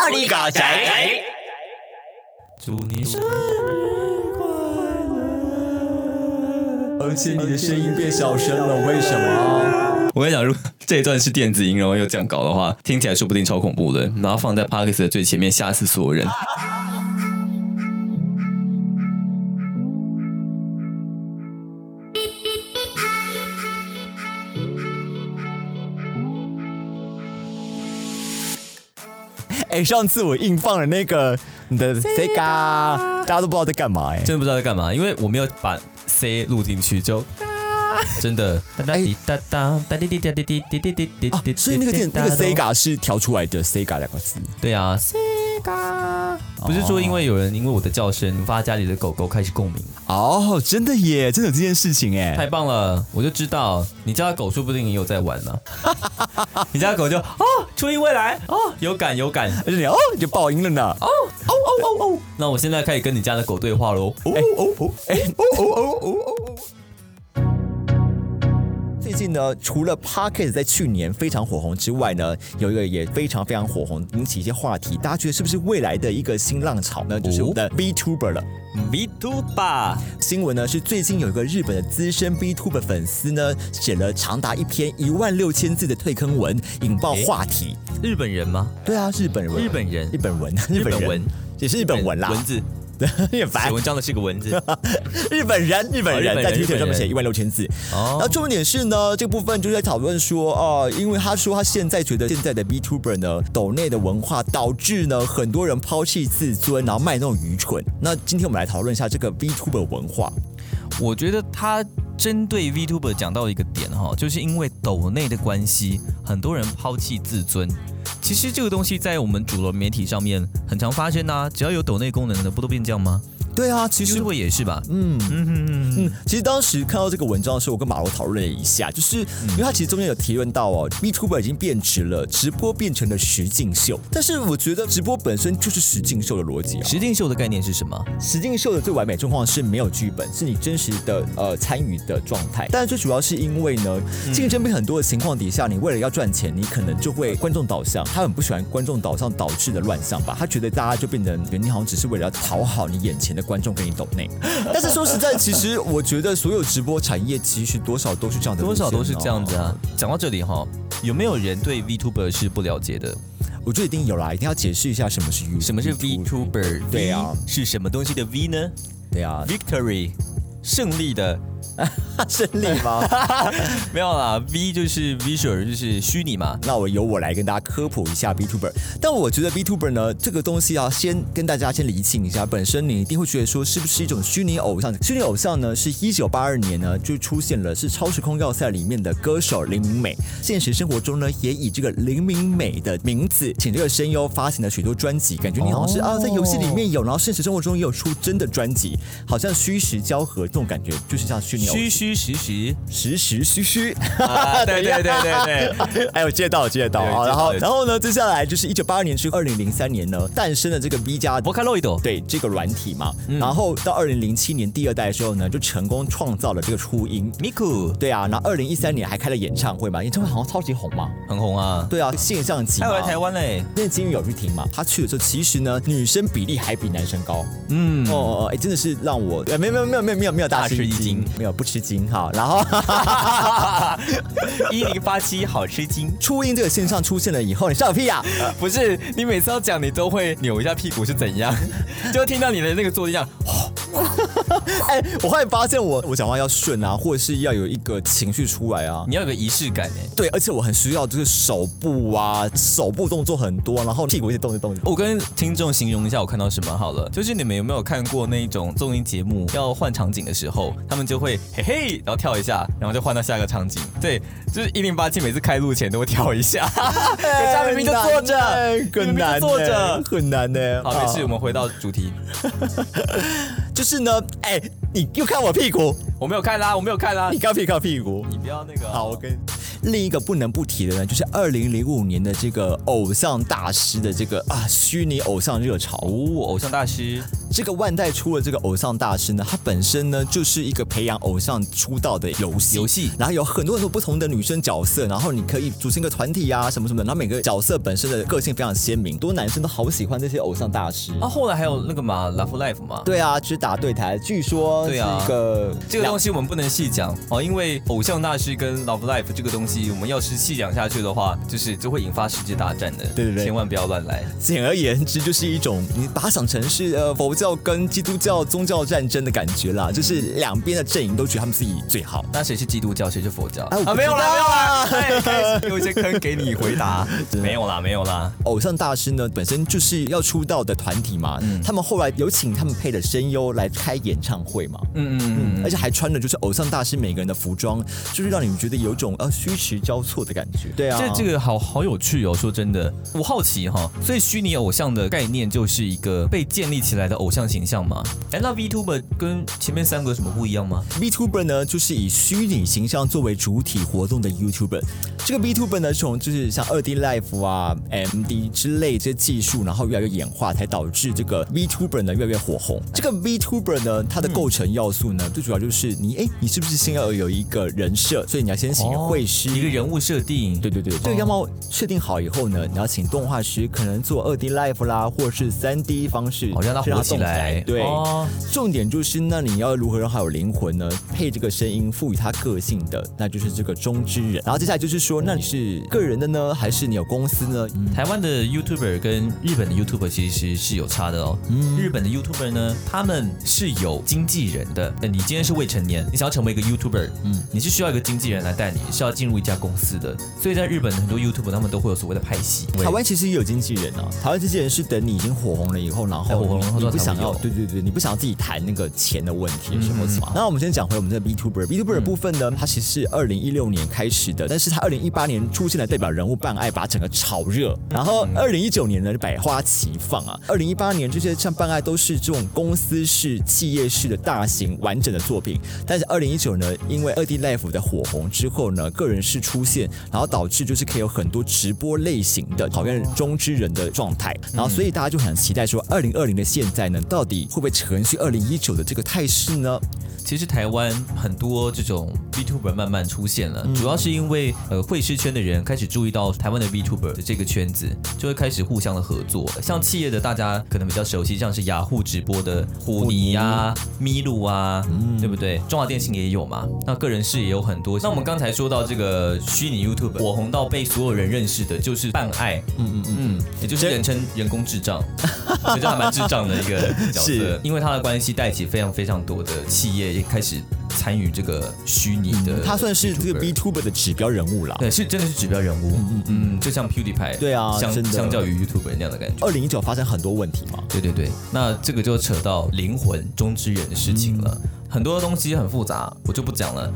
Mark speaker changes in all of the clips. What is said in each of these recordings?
Speaker 1: 奥利搞仔，
Speaker 2: 祝你生日快乐！而且你的声音变小声了，为什么？
Speaker 3: 我跟你讲，如果这一段是电子音，然后又这样搞的话，听起来说不定超恐怖的。然后放在 p a r k e s 的最前面，吓死所有人。
Speaker 1: 哎、上次我硬放了那个你的 Sega，大家都不知道在干嘛哎、
Speaker 3: 真的不知道在干嘛，因为我没有把 C 录进去，就真的
Speaker 2: 哒哒滴哒哒哒滴滴哒滴滴滴滴滴滴滴滴，
Speaker 1: 所以那个电那个 Sega 是调出来的 Sega 两个字，
Speaker 3: 对啊，不是说因为有人因为我的叫声发家里的狗狗开始共鸣，
Speaker 1: 哦，真的耶，真的有这件事情哎、
Speaker 3: 太棒了，我就知道你家的狗说不定也有在玩 呢、你家的狗就哦，初音未来哦，有感有感
Speaker 1: 而且你哦你就爆音了呢，哦
Speaker 3: 哦哦哦哦，那我现在可以跟你家的狗对话喽。哦
Speaker 1: 哦哦，哎哦哦哦哦哦哦。最近呢，除了 Pocket 在去年非常火红之外呢，有一个也非常非常火红，引起一些话题。大家觉得是不是未来的一个新浪潮呢？就是我们的 VTuber 了。
Speaker 3: Vtuber，
Speaker 1: 新闻呢是最近有一个日本的资深 VTuber 粉丝呢，写了长达一篇一万六千字的退坑文，引爆话题。
Speaker 3: 日本人吗？
Speaker 1: 对啊，日本文，
Speaker 3: 日本人
Speaker 1: 日本文，
Speaker 3: 日本
Speaker 1: 人
Speaker 3: 文，
Speaker 1: 也是日本文啦，
Speaker 3: 文字
Speaker 1: 也烦
Speaker 3: 写。文章的是个文字。
Speaker 1: 日本人，日本
Speaker 3: 哦日本
Speaker 1: 人
Speaker 3: 人
Speaker 1: 在 Twitter 上面
Speaker 3: 日本
Speaker 1: 写
Speaker 3: 人
Speaker 1: 一万六千字。
Speaker 3: 哦
Speaker 1: 然后重点是呢，这个部分就是在讨论说，哦，因为他说他现在觉得现在的 VTuber 呢，抖内的文化导致呢很多人抛弃自尊，然后卖那种愚蠢。那今天我们来讨论一下这个 VTuber 文化。
Speaker 4: 我觉得他针对 VTuber 讲到一个点哈，就是因为抖内的关系，很多人抛弃自尊。其实这个东西在我们主流媒体上面很常发生啊，只要有抖内功能的，不都变这样吗
Speaker 1: 对啊，其实
Speaker 4: ？YouTube 也是吧？嗯嗯哼嗯嗯，
Speaker 1: 嗯，其实当时看到这个文章的时候，我跟马罗讨论了一下，就是
Speaker 3: 嗯
Speaker 1: 因为他其实中间有提论到哦，Vtuber 已经变直了，直播变成了实境秀。但是我觉得直播本身就是实境秀的逻辑啊。
Speaker 4: 实境秀的概念是什么？
Speaker 1: 实境秀的最完美状况是没有剧本，是你真实的呃参与的状态。但最主要是因为呢，
Speaker 4: 嗯
Speaker 1: 竞争被很多的情况底下，你为了要赚钱，你可能就会观众导向，他很不喜欢观众导向导致的乱象吧。他觉得大家就变成你好像只是为了要讨好你眼前的观众跟你抖内。 但是说实在，其实我觉得所有直播产业其实多少都是这样的、啊
Speaker 4: 多少都是这样子。啊。讲到这里哈，有没有人对 VTuber 是不了解的？
Speaker 1: 我觉得一定有啦，一定要解释一下什么是 U，
Speaker 4: 什么是 VTuber？
Speaker 1: 对啊
Speaker 4: V 是什么东西的 V 呢
Speaker 1: 对 啊，
Speaker 4: ？Victory，胜利的
Speaker 1: 胜利吗？
Speaker 4: 没有啦，V 就是 visual，就是虚拟嘛。
Speaker 1: 那我由我来跟大家科普一下 VTuber。但我觉得 VTuber 呢，这个东西啊，先跟大家先厘清一下，本身你一定会觉得说，是不是一种虚拟偶像？虚拟偶像呢，是一九八二年呢就出现了，是《超时空要塞》里面的歌手林明美。现实生活中呢，也以这个林明美的名字，请这个声优发行了许多专辑，感觉你好像是、啊，在游戏里面有，然后现实生活中也有出真的专辑，好像虚实交合这种感觉，就是像虚拟偶
Speaker 4: 虚虚 实实，
Speaker 1: 实实虚虚。
Speaker 4: 啊、对对对对 对，
Speaker 1: 哎，我接到，接到
Speaker 4: 对
Speaker 1: 啊。然后，
Speaker 4: 接到
Speaker 1: 然后呢？接下来就是一九八二年至二零零三年呢，诞生了这个 V 加
Speaker 4: 博卡洛伊朵，
Speaker 1: 对这个软体嘛。
Speaker 4: 嗯
Speaker 1: 然后到二零零七年第二代的时候呢，就成功创造了这个初音。
Speaker 4: ，Miku
Speaker 1: 对啊，然后二零一三年还开了演唱会嘛，演唱会好像超级红嘛。
Speaker 4: 很红啊，
Speaker 1: 对啊，现象级
Speaker 4: 还
Speaker 1: 嘛。
Speaker 4: 有来台湾嘞，
Speaker 1: 那金鱼有去听嘛？他去的时候，其实呢，女生比例还比男生高。嗯，哦哦，哦哎，真的是让我，哎，没有没有没有没有没有没有大
Speaker 4: 大
Speaker 1: 吃
Speaker 4: 吃
Speaker 1: 一
Speaker 4: 一
Speaker 1: 惊
Speaker 4: 惊，
Speaker 1: 没有不吃惊哈。然后
Speaker 4: 一零八七好吃惊，
Speaker 1: 初音这个现象出现了以后，你笑个屁啊呀、
Speaker 3: 不是你每次要讲，你都会扭一下屁股是怎 样？就听到你的那个坐力样，
Speaker 1: 哎、我后来发现我我讲话要顺啊，或者是要有一个情绪出来啊。
Speaker 4: 你要有个仪式感哎。
Speaker 1: 对，而且我很需要就是手部啊，手部动作很多，然后屁股一直动着动着。
Speaker 4: 我跟听众形容一下我看到什么好了，就是你们有没有看过那一种综艺节目，要换场景的时候，他们就会嘿嘿，然后跳一下，然后就换到下一个场景。对，就是一零八七每次开录前都会跳一 下，可是他明明就坐着，
Speaker 1: 哎很哎难哎
Speaker 4: 明明就坐着
Speaker 1: 很难呢。
Speaker 4: 好，没事，
Speaker 1: 啊
Speaker 4: 我们回到主题。
Speaker 1: 就是呢，哎、你又看我屁股，
Speaker 3: 我没有看啦，我没有看啦
Speaker 1: 你。刚屁靠屁股。
Speaker 3: 你不要那个啊
Speaker 1: 好，我跟另一个不能不提的呢，就是二零零五年的这个偶像大师的这个啊虚拟偶像热潮。啊
Speaker 3: 哦，偶像大师
Speaker 1: 这个万代出的这个偶像大师呢，它本身呢就是一个培养偶像出道的游戏，
Speaker 3: 游戏
Speaker 1: 然后有很多很多不同的女生角色，然后你可以组成一个团体啊，什么什么的，然后每个角色本身的个性非常鲜明，多男生都好喜欢这些偶像大师。
Speaker 3: 啊，后来还有那个嘛，Love Life 嘛。
Speaker 1: 对啊，只打对台，据说是
Speaker 3: 对啊
Speaker 1: 一个、
Speaker 3: 这个东西我们不能细讲哦，因为偶像大师跟 Love Life 这个东西，我们要是细讲下去的话，就是就会引发世界大战的。
Speaker 1: 对对对
Speaker 3: 千万不要乱来。
Speaker 1: 简而言之，就是一种你把它想成是呃佛教跟基督教宗教战争的感觉啦，就是两边的阵营都觉得他们自己最好。
Speaker 3: 那谁是基督教，谁是佛教？
Speaker 1: 哎我不
Speaker 3: 没有啦，没有啦，
Speaker 1: 知道啊，
Speaker 3: 哎开始有一些坑给你回答
Speaker 1: 对
Speaker 3: 没有啦，没有啦。
Speaker 1: 偶像大师呢本身就是要出道的团体嘛，他们后来有请他们配的声优来开演唱会嘛，
Speaker 3: 嗯嗯嗯。
Speaker 1: 而且还穿的就是偶像大师每个人的服装，就是让你觉得有种呃虚实交错的感觉。对啊，
Speaker 3: 这这个好好有趣哦！说真的，我好奇哈、所以虚拟偶像的概念就是一个被建立起来的偶像形象嘛？哎，那 VTuber 跟前面三个有什么不一样吗？
Speaker 1: VTuber 呢，就是以虚拟形象作为主体活动的 YouTuber。这个 VTuber 呢，从就是像二 D Life 啊、MD 之类这些技术，然后越来越演化，才导致这个 VTuber 呢越来越火红。这个 VTuber 呢，它的
Speaker 3: 嗯
Speaker 1: 构成要素呢，最主要就是你哎，你是不是先要有一个人设？所以你要先请绘师。
Speaker 3: 哦一个人物设定，
Speaker 1: 对对对，这个样貌确定好以后呢，你要请动画师，可能做二 D life 啦，或者是三 D 方式，
Speaker 3: 哦好让它火
Speaker 1: 动
Speaker 3: 起来。
Speaker 1: 对，
Speaker 3: 哦
Speaker 1: 重点就是，那你要如何让他有灵魂呢？配这个声音，赋予他个性的，那就是这个中之人。然后接下来就是说，那你是个人的呢，还是你有公司呢？
Speaker 3: 台湾的 YouTuber 跟日本的 YouTuber 其实是有差的哦。日本的 YouTuber 呢，他们是有经纪人的。呃你今天是未成年，你想要成为一个 YouTuber，嗯，你是需要一个经纪人来带你，是要进入一家公司的。所以在日本很多 YouTuber 他们都会有所谓的拍戏。
Speaker 1: 台湾其实也有经纪人啊，台湾经纪人是等你已经火红了以后，然
Speaker 3: 哎
Speaker 1: 后
Speaker 3: 火红了以后
Speaker 1: 你
Speaker 3: 才
Speaker 1: 不想
Speaker 3: 会
Speaker 1: 要，
Speaker 3: 有嗯
Speaker 1: 对对对，你不想要自己谈那个钱的问题的时候是吗？那我们先讲回我们这个 VTuber，VTuber 的部分呢，它其实是二零一六年开始的，但是它二零一八年出现了代表人物办爱，把整个炒热，
Speaker 3: 嗯
Speaker 1: 然后二零一九年呢就百花齐放啊，二零一八年这些像办爱都是这种公司式、企业式的大型完整的作品，但是二零一九呢，因为二 D Life 的火红之后呢，个人是出现，然后导致就是可以有很多直播类型的讨厌中之人的状态，然后所以大家就很期待说，二零二零的现在呢，到底会不会承续二零一九的这个态势呢？
Speaker 3: 其实台湾很多这种 VTuber 慢慢出现了，主要是因为呃会师圈的人开始注意到台湾的 VTuber 的这个圈子，就会开始互相的合作。像企业的大家可能比较熟悉，像是雅虎直播的虎尼啊、咪路啊，对不对？中华电信也有嘛。那个人是也有很多。那我们刚才说到这个虚拟 YouTube 火红到被所有人认识的，就是办爱，嗯嗯嗯，也就是人称人工智障， 我觉得还蛮智障的一个角色
Speaker 1: 是。
Speaker 3: 因为他的关系带起非常非常多的企业也开始参与这个虚拟的 VTuber，
Speaker 1: 嗯他算是这个 VTuber 的指标人物啦。
Speaker 3: 对，是真的是指标人物，嗯就像 PewDiePie，
Speaker 1: 对啊
Speaker 3: 相
Speaker 1: 真的
Speaker 3: 相较于 YouTuber 那样的感觉。
Speaker 1: 二零一九发生很多问题嘛，
Speaker 3: 对对对，那这个就扯到灵魂中之人的事情了，很多东西很复杂，我就不讲了。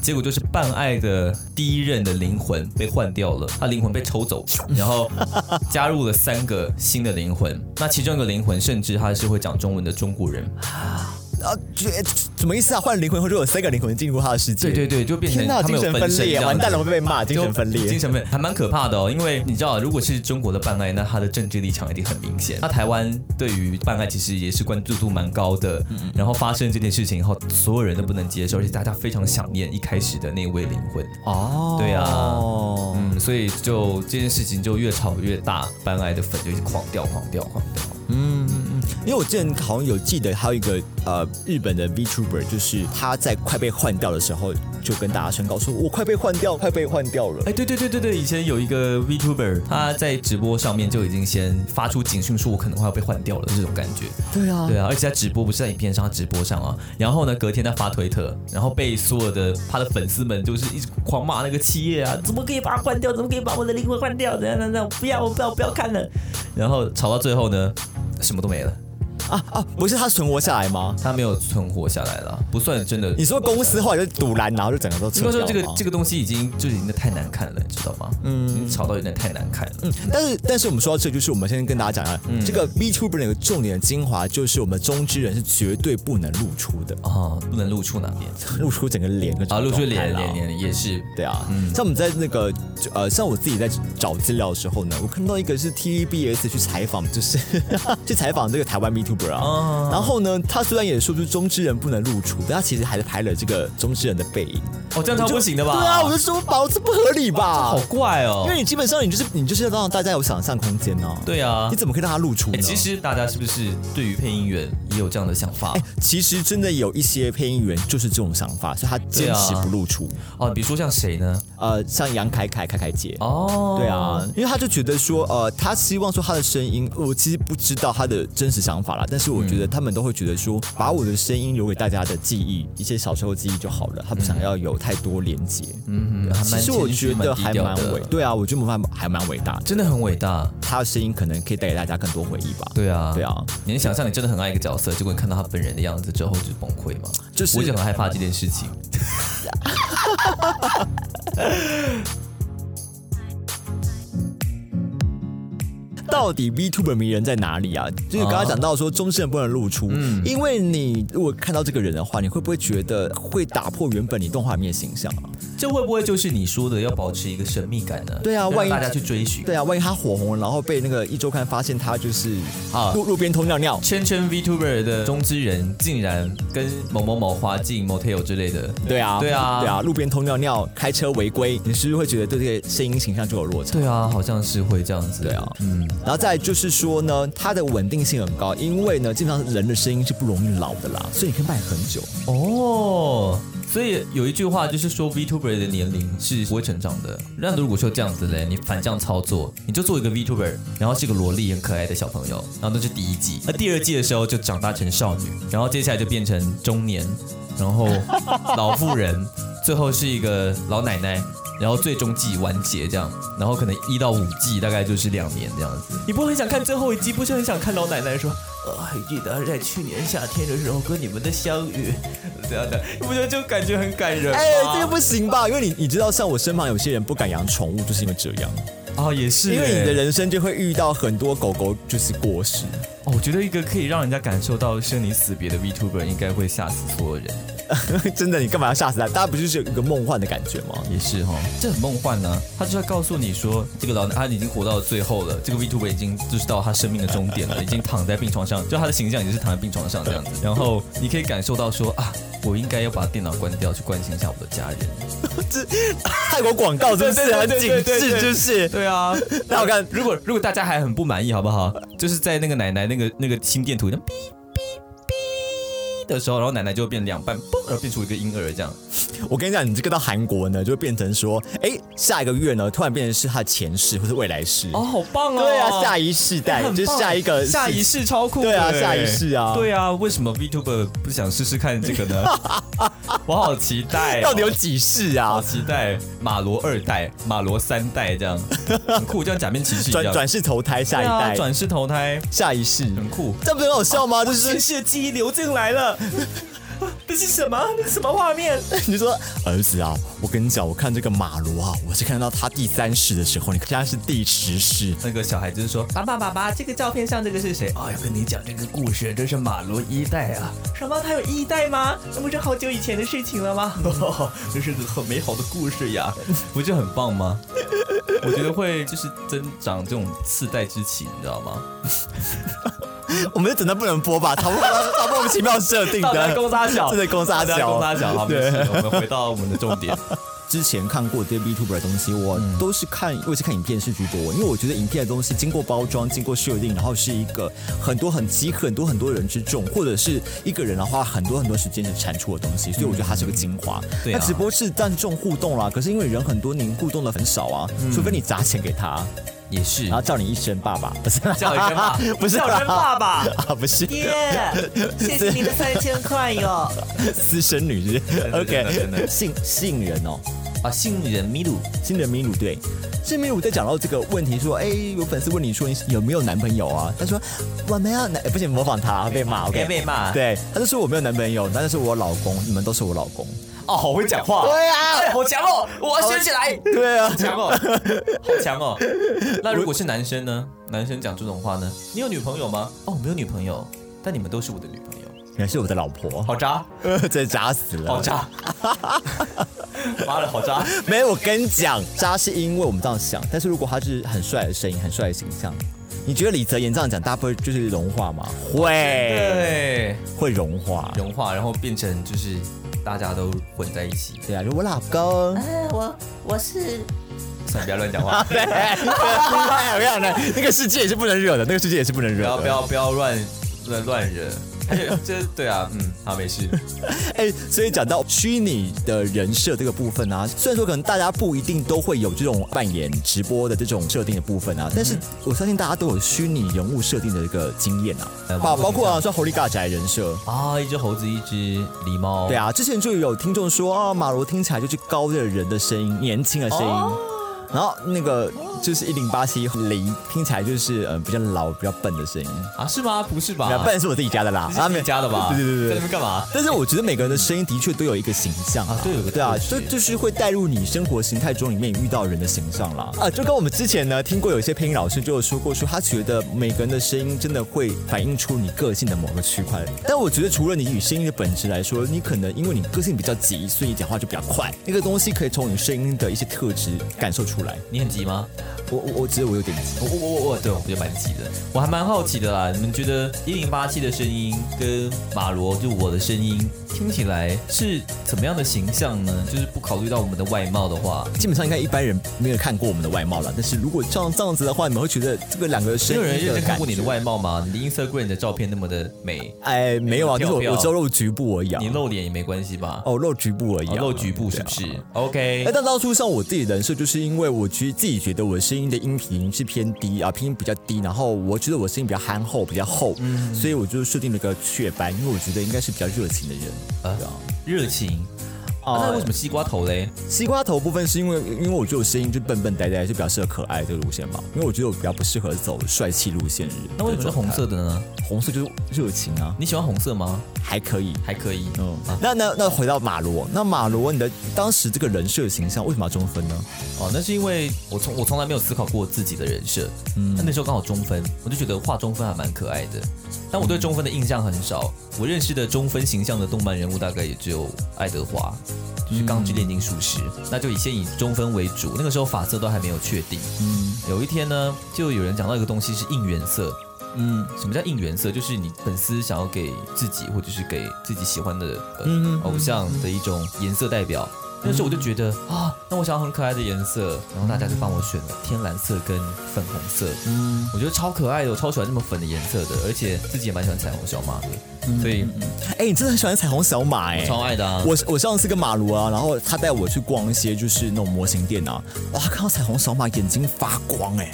Speaker 3: 结果就是办爱的第一任的灵魂被换掉了，他灵魂被抽 走，然后加入了三个新的灵魂。那其中一个灵魂甚至他是会讲中文的中国人，
Speaker 1: 啊，这什么意思啊？换灵魂后就有三个灵魂进入他的世界，
Speaker 3: 对对对，就变成
Speaker 1: 天呐，
Speaker 3: 他
Speaker 1: 精
Speaker 3: 们
Speaker 1: 神
Speaker 3: 有
Speaker 1: 分
Speaker 3: 身这
Speaker 1: 裂，
Speaker 3: 样
Speaker 1: 完蛋
Speaker 3: 子
Speaker 1: 了，我会被骂，精神分
Speaker 3: 精
Speaker 1: 裂。
Speaker 3: 神分裂还蛮可怕的哦，因为你知道，如果是中国的办爱，那他的政治立场一定很明显。那台湾对于办爱其实也是关注度蛮高的，然后发生这件事情后，所有人都不能接受，而且大家非常想念一开始的那位灵魂。
Speaker 1: 哦
Speaker 3: 对啊
Speaker 1: 哦
Speaker 3: 嗯，所以就这件事情就越炒越大，办爱的粉就一直狂掉、狂掉、狂掉。
Speaker 1: 因为我之前好像有记得，还有一个呃日本的 VTuber，就是他在快被换掉的时候，就跟大家宣告说：“我快被换掉，快被换掉了。
Speaker 3: 哎，对对对对对，以前有一个 VTuber，他在直播上面就已经先发出警讯，说我可能快要被换掉了这种感觉。
Speaker 1: 对啊
Speaker 3: 对啊，而且他直播不是在影片上，他直播上啊。然后呢，隔天他发推特，然后被所有的他的粉丝们就是一直狂骂那个企业啊，怎么可以把它换掉？怎么可以把我的灵魂换掉？怎样怎样？怎样不要，我不要，我不要看了。然后吵到最后呢，什么都没了。
Speaker 1: 啊啊！不是他存活下来吗？
Speaker 3: 他没有存活下来了，不算真的。
Speaker 1: 你说公司后来就堵拦，然后就整个都
Speaker 3: 应
Speaker 1: 撤
Speaker 3: 该说
Speaker 1: 掉
Speaker 3: 这个
Speaker 1: 吗
Speaker 3: 这个东西已经就已经太难看了，你知道吗？嗯，已经吵到有点太难看了。
Speaker 1: 但是，但是我们说到这，就是我们先跟大家讲一下，
Speaker 3: 嗯
Speaker 1: 这个 B t u b e r 有个重点的精华，就是我们中之人是绝对不能露出的，
Speaker 3: 哦，不能露出哪边
Speaker 1: 露出整个脸跟
Speaker 3: 啊？露出
Speaker 1: 整个状态
Speaker 3: 脸
Speaker 1: 啦
Speaker 3: 脸。脸也是
Speaker 1: 对啊，
Speaker 3: 嗯
Speaker 1: 像我们在那个呃，像我自己在找资料的时候呢，我看到一个是 TVBS 去采访，就是 去采访这个台湾 B t u b e r
Speaker 3: 哦
Speaker 1: 啊。然后呢，他虽然也说出中之人不能露出，但他其实还是拍了这个中之人的背影。
Speaker 3: 哦，这样超不行的吧？
Speaker 1: 对啊，我就说吧，这不合理吧
Speaker 3: 好？怪哦
Speaker 1: 因。为你基本上你就是你就是要让大家有想象空间呢、
Speaker 3: 对啊
Speaker 1: 你，怎么可以让他露出呢？
Speaker 3: 哎其实大家是不是对于配音员也有这样的想法？
Speaker 1: 其实真的有一些配音员就是这种想法，所以他坚
Speaker 3: 啊
Speaker 1: 持不露出。
Speaker 3: 哦，比如说像谁呢？
Speaker 1: 呃，像杨凯凯、凯凯姐。
Speaker 3: 哦，
Speaker 1: 对啊，因为他就觉得说，呃，他希望说他的声音，我其实不知道他的真实想法啦，但是我
Speaker 3: 嗯
Speaker 1: 觉得他们都会觉得说，把我的声音留给大家的记忆，一些小时候记忆就好了，他不想要有太多连接。
Speaker 3: 嗯，还
Speaker 1: 其
Speaker 3: 蛮
Speaker 1: 实我
Speaker 3: 谦虚
Speaker 1: 觉得
Speaker 3: 低
Speaker 1: 还
Speaker 3: 调
Speaker 1: 蛮
Speaker 3: 的
Speaker 1: 伟，对啊，我觉得还蛮还蛮伟大的，
Speaker 3: 真的很伟大。
Speaker 1: 他的声音可能可以带给大家更多回忆吧。
Speaker 3: 对啊，
Speaker 1: 对啊，
Speaker 3: 你能想象你真的很爱一个角色，结果你看到他本人的样子之后就崩溃吗？
Speaker 1: 就是
Speaker 3: 我一直很害怕这件事情。
Speaker 1: 到底 VTuber 迷人在哪里啊？就是刚刚讲到说中之人不能露出，
Speaker 3: 嗯
Speaker 1: 因为你如果看到这个人的话，你会不会觉得会打破原本你动画里面的形象啊？
Speaker 3: 这会不会就是你说的要保持一个神秘感呢？
Speaker 1: 对啊
Speaker 3: 让
Speaker 1: 万一
Speaker 3: 大家去追寻。
Speaker 1: 对啊，万一他火红了，然后被那个一周刊发现他就是
Speaker 3: 啊
Speaker 1: 路路边偷尿尿，
Speaker 3: 圈圈 VTuber 的中之人竟然跟某某某滑进 motel 之类的，
Speaker 1: 对啊，
Speaker 3: 对啊
Speaker 1: 对啊，路边偷尿尿，开车违规，你是不是会觉得对这个声音形象就有落差？
Speaker 3: 对啊，好像是会这样子。
Speaker 1: 对啊，
Speaker 3: 嗯，
Speaker 1: 然后再来就是说呢，它的稳定性很高，因为呢，基本上人的声音是不容易老的啦，所以你可以卖很久。
Speaker 3: 哦，所以有一句话就是说 VTuber 的年龄是不会成长的。那如果说这样子嘞，你反向操作，你就做一个 VTuber，然后是个萝莉很可爱的小朋友，然后那是第一季，那第二季的时候就长大成少女，然后接下来就变成中年，然后老妇人，最后是一个老奶奶。然后最终季完结这样，然后可能一到五季大概就是两年这样子。你不会很想看最后一季，不是很想看老奶奶说，呃，还记得在去年夏天的时候跟你们的相遇， 这样的，你不觉得就感觉很感人吗？
Speaker 1: 哎、这个不行吧？因为你你知道，像我身旁有些人不敢养宠物，就是因为这样。
Speaker 3: 哦，也是欸，
Speaker 1: 因为你的人生就会遇到很多狗狗就是过世，
Speaker 4: 哦，我觉得一个可以让人家感受到生离死别的 VTuber 应该会吓死所有人，
Speaker 1: 真的，你干嘛要吓死他？大家不就是有一个梦幻的感觉吗？
Speaker 4: 也是哈、
Speaker 3: 这很梦幻呢、他就是要告诉你说，这个老奶他已经活到最后了，这个 Vtuber 已经就是到他生命的终点 了，已经躺在病床上，就他的形象也是躺在病床上这样子。然后你可以感受到说啊，我应该要把电脑关掉，去关心一下我的家人。
Speaker 1: 泰国广告真是
Speaker 3: 对对
Speaker 1: 很
Speaker 3: 对
Speaker 1: 警
Speaker 3: 对对
Speaker 1: 示，
Speaker 3: 对
Speaker 1: 就是
Speaker 3: 对 啊，
Speaker 1: 那我看
Speaker 3: 如果如果大家还很不满意，好不好？就是在那个奶奶那个那个心电图那哔哔哔的时候，然后奶奶就会变两半，嘣，然后变出一个婴儿这样。
Speaker 1: 我跟你讲，你这个到韩国呢，就会变成说，哎，下一个月呢，突然变成是他的前世或者未来世。
Speaker 3: 哦，好棒哦！
Speaker 1: 对啊，下一世代
Speaker 3: 哎很
Speaker 1: 就是
Speaker 3: 棒
Speaker 1: 下一个世
Speaker 3: 下一世超酷的
Speaker 1: 对啊
Speaker 3: 欸
Speaker 1: 下一世啊
Speaker 3: 对啊，为什么 VTuber 不想试试看这个 呢？我好期待哦、
Speaker 1: 到底有几世
Speaker 3: 好
Speaker 1: 啊？
Speaker 3: 期待马罗二代、马罗三代这样，很酷，就像假面骑士一样，
Speaker 1: 转转世投胎，下一
Speaker 3: 对啊
Speaker 1: 代，
Speaker 3: 转世投胎，
Speaker 1: 下一世，
Speaker 3: 很酷。哦
Speaker 1: 这不是很好笑吗？就是
Speaker 3: 前世的记忆流进来了， 这是什么？这是什么画面？
Speaker 1: 你就说儿子啊，我跟你讲，我看这个马罗啊，我是看到他第三世的时候，你看他是第十世，
Speaker 3: 那个小孩就是说：“爸爸，爸爸，这个照片上这个是谁？”哦，要跟你讲这个故事，这是马罗一代啊。什么？他有一代吗？那不是好久以前的事情了吗？ 哦，这是个很美好的故事呀，不是很棒吗？我觉得会就是增长这种世代之情，你知道吗？
Speaker 1: 我们就等到不能播吧，超不超莫名其妙设定
Speaker 3: 大家
Speaker 1: 的，
Speaker 3: 公杀 小，
Speaker 1: 真的公杀
Speaker 3: 大家
Speaker 1: 小
Speaker 3: 公杀小。好，没事，我们回到我们的重点。
Speaker 1: 之前看过这些 B t u b e r 的东西，我
Speaker 3: 嗯
Speaker 1: 都是看，我也是看影片是居多，因为我觉得影片的东西经过包装、经过设定，然后是一个很多很集合很多很多人之众，或者是一个人然后花很多很多时间去产出的东西，所以我觉得它是个精华。
Speaker 3: 嗯对
Speaker 1: 那
Speaker 3: 啊
Speaker 1: 直播是但重互动啦，可是因为人很多，你互动的很少啊，除非你砸钱给他，
Speaker 3: 也是
Speaker 1: 然后叫你一声爸爸，不是啦
Speaker 3: 叫一声 爸
Speaker 1: 不是
Speaker 5: 叫人
Speaker 1: 啦
Speaker 5: 爸爸，
Speaker 1: 啊，不是
Speaker 5: 爹，谢谢 你的三千块哟。
Speaker 1: 私生女是不是 OK，
Speaker 3: 真的
Speaker 1: 性吸引人哦。
Speaker 3: 啊，新人米露，
Speaker 1: 新人米鲁对，新米鲁在讲到这个问题说，哎，有粉丝问你说你有没有男朋友啊？他说我没有男，哎不行模仿他被骂
Speaker 4: 别
Speaker 1: ，OK？
Speaker 4: 被骂。
Speaker 1: 对，他就说我没有男朋友，但是我老公，你们都是我老公。
Speaker 4: 哦，好会讲话，
Speaker 1: 对啊
Speaker 4: 哎好强哦，我要学起来，
Speaker 1: 对啊
Speaker 4: 好，强 哦，好强哦。
Speaker 3: 那如果是男生呢？男生讲这种话呢？你有女朋友吗？哦，没有女朋友，但你们都是我的女朋友。
Speaker 1: 原来是我的老婆，
Speaker 4: 好渣，
Speaker 1: 真的渣死了，
Speaker 4: 好渣， 妈的好渣！
Speaker 1: 没有，我跟你讲，渣是因为我们这样想，但是如果他是很帅的声音、很帅的形象，你觉得李泽言这样讲，大部分就是融化吗？会，
Speaker 4: 对，
Speaker 1: 会融化。
Speaker 3: 融化，然后变成就是大家都混在一起。
Speaker 1: 对啊，就我老公，，
Speaker 3: 算了，不要乱讲话
Speaker 1: 对，我跟你讲，那个世界也是不能惹的，那个世界也是不能惹的。
Speaker 3: 不要不要不要乱乱乱惹。而且这对啊，嗯，好没事。
Speaker 1: 哎、所以讲到虚拟的人设这个部分啊，虽然说可能大家不一定都会有这种扮演直播的这种设定的部分啊，但是我相信大家都有虚拟人物设定的一个经验啊，
Speaker 3: 嗯
Speaker 1: 包包括啊像 Holy God 宅人设。
Speaker 3: 啊，一只猴子，一只狸猫。
Speaker 1: 对啊，之前就有听众说啊，马罗听起来就是高的人的声音，年轻的声音。然后那个就是一零八七零，听起来就是嗯比较老、比较笨的声音。
Speaker 3: 啊，是吗？不是
Speaker 1: 比较
Speaker 3: 吧？
Speaker 1: 笨是我自己加的啦，啊
Speaker 3: 是你加的吧？
Speaker 1: 对对对
Speaker 3: 在
Speaker 1: 对
Speaker 3: 那边干嘛？
Speaker 1: 但是我觉得每个人的声音的确都有一个形象
Speaker 3: 啊对有个
Speaker 1: 对啊，
Speaker 3: 特质
Speaker 1: 就就是会带入你生活形态中里面遇到人的形象啦。啊，就跟我们之前呢听过有一些配音老师就有说过，说他觉得每个人的声音真的会反映出你个性的某个区块。但我觉得除了你与声音的本质来说，你可能因为你个性比较急，所以你讲话就比较快，那个东西可以从你声音的一些特质感受出来。
Speaker 3: 你很急吗？
Speaker 1: 我我我觉得我有点急。
Speaker 3: 我我我我，对，我觉得蛮急的。我还蛮好奇的啦，你们觉得一零八七的声音跟马罗就我的声音听起来是怎么样的形象呢？就是不考虑到我们的外貌的话，
Speaker 1: 基本上应该一般人没有看过我们的外貌了，但是如果像这样子的话，你们会觉得这个两个声
Speaker 3: 没
Speaker 1: 音
Speaker 3: 有人认
Speaker 1: 的
Speaker 3: 真看过你的
Speaker 1: 感觉
Speaker 3: 外貌吗？你的 Instagram 的照片那么的美，
Speaker 1: 哎，没有啊，就
Speaker 3: 跳
Speaker 1: 是我
Speaker 3: 票
Speaker 1: 我只有露局部而已啊
Speaker 3: 你，露脸也没关系吧？
Speaker 1: 哦，露局部而已、
Speaker 3: 哦
Speaker 1: 啊，
Speaker 3: 露局部是不是
Speaker 1: 对啊？
Speaker 3: ？OK，
Speaker 1: 哎，但当初像我自己人设，就是因为我其实自己觉得我声音的音频是偏低啊，拼音比较低，然后我觉得我声音比较憨厚，比较厚，所以我就设定了一个雀斑，因为我觉得应该是比较热情的人。
Speaker 3: 啊
Speaker 1: 对啊
Speaker 3: 热情。啊
Speaker 1: 啊
Speaker 3: 那为什么西瓜头嘞？
Speaker 1: 西瓜头部分是因为，因为我觉得我声音就笨笨呆呆，就比较适合可爱这个路线嘛。因为我觉得我比较不适合走帅气路线的人。
Speaker 3: 那为什么是红？色的呢？
Speaker 1: 红色就是热情啊，
Speaker 3: 你喜欢红色吗？
Speaker 1: 还可以。
Speaker 3: 还可以。
Speaker 1: 嗯
Speaker 3: 啊，
Speaker 1: 那那那回到马罗，那马罗你的当时这个人设形象为什么要中分呢？
Speaker 3: 哦，那是因为我从我从来没有思考过自己的人设。嗯，那那时候刚好中分，我就觉得画中分还蛮可爱的。但我对中分的印象很少，我认识的中分形象的动漫人物大概也只有爱德华，就是《钢之炼金术师》那就以先以中分为主。那个时候发色都还没有确定。
Speaker 1: 嗯
Speaker 3: 有一天呢，就有人讲到一个东西是应援色。
Speaker 1: 嗯
Speaker 3: 什么叫应援色？就是你粉丝想要给自己或者是给自己喜欢的、呃
Speaker 1: 嗯
Speaker 3: 偶像的一种颜色代表。那时候我就觉得啊，那我想要很可爱的颜色，然后大家就帮我选了天蓝色跟粉红色，
Speaker 1: 嗯，
Speaker 3: 我觉得超可爱的，我超喜欢这么粉的颜色的，而且自己也蛮喜欢彩虹小马的，所以
Speaker 1: 哎、你真的很喜欢彩虹小马哎、
Speaker 3: 超爱的啊。
Speaker 1: 我我上次跟马罗啊，然后他带我去逛一些就是那种模型店啊，哇，看到彩虹小马眼睛发光 哎、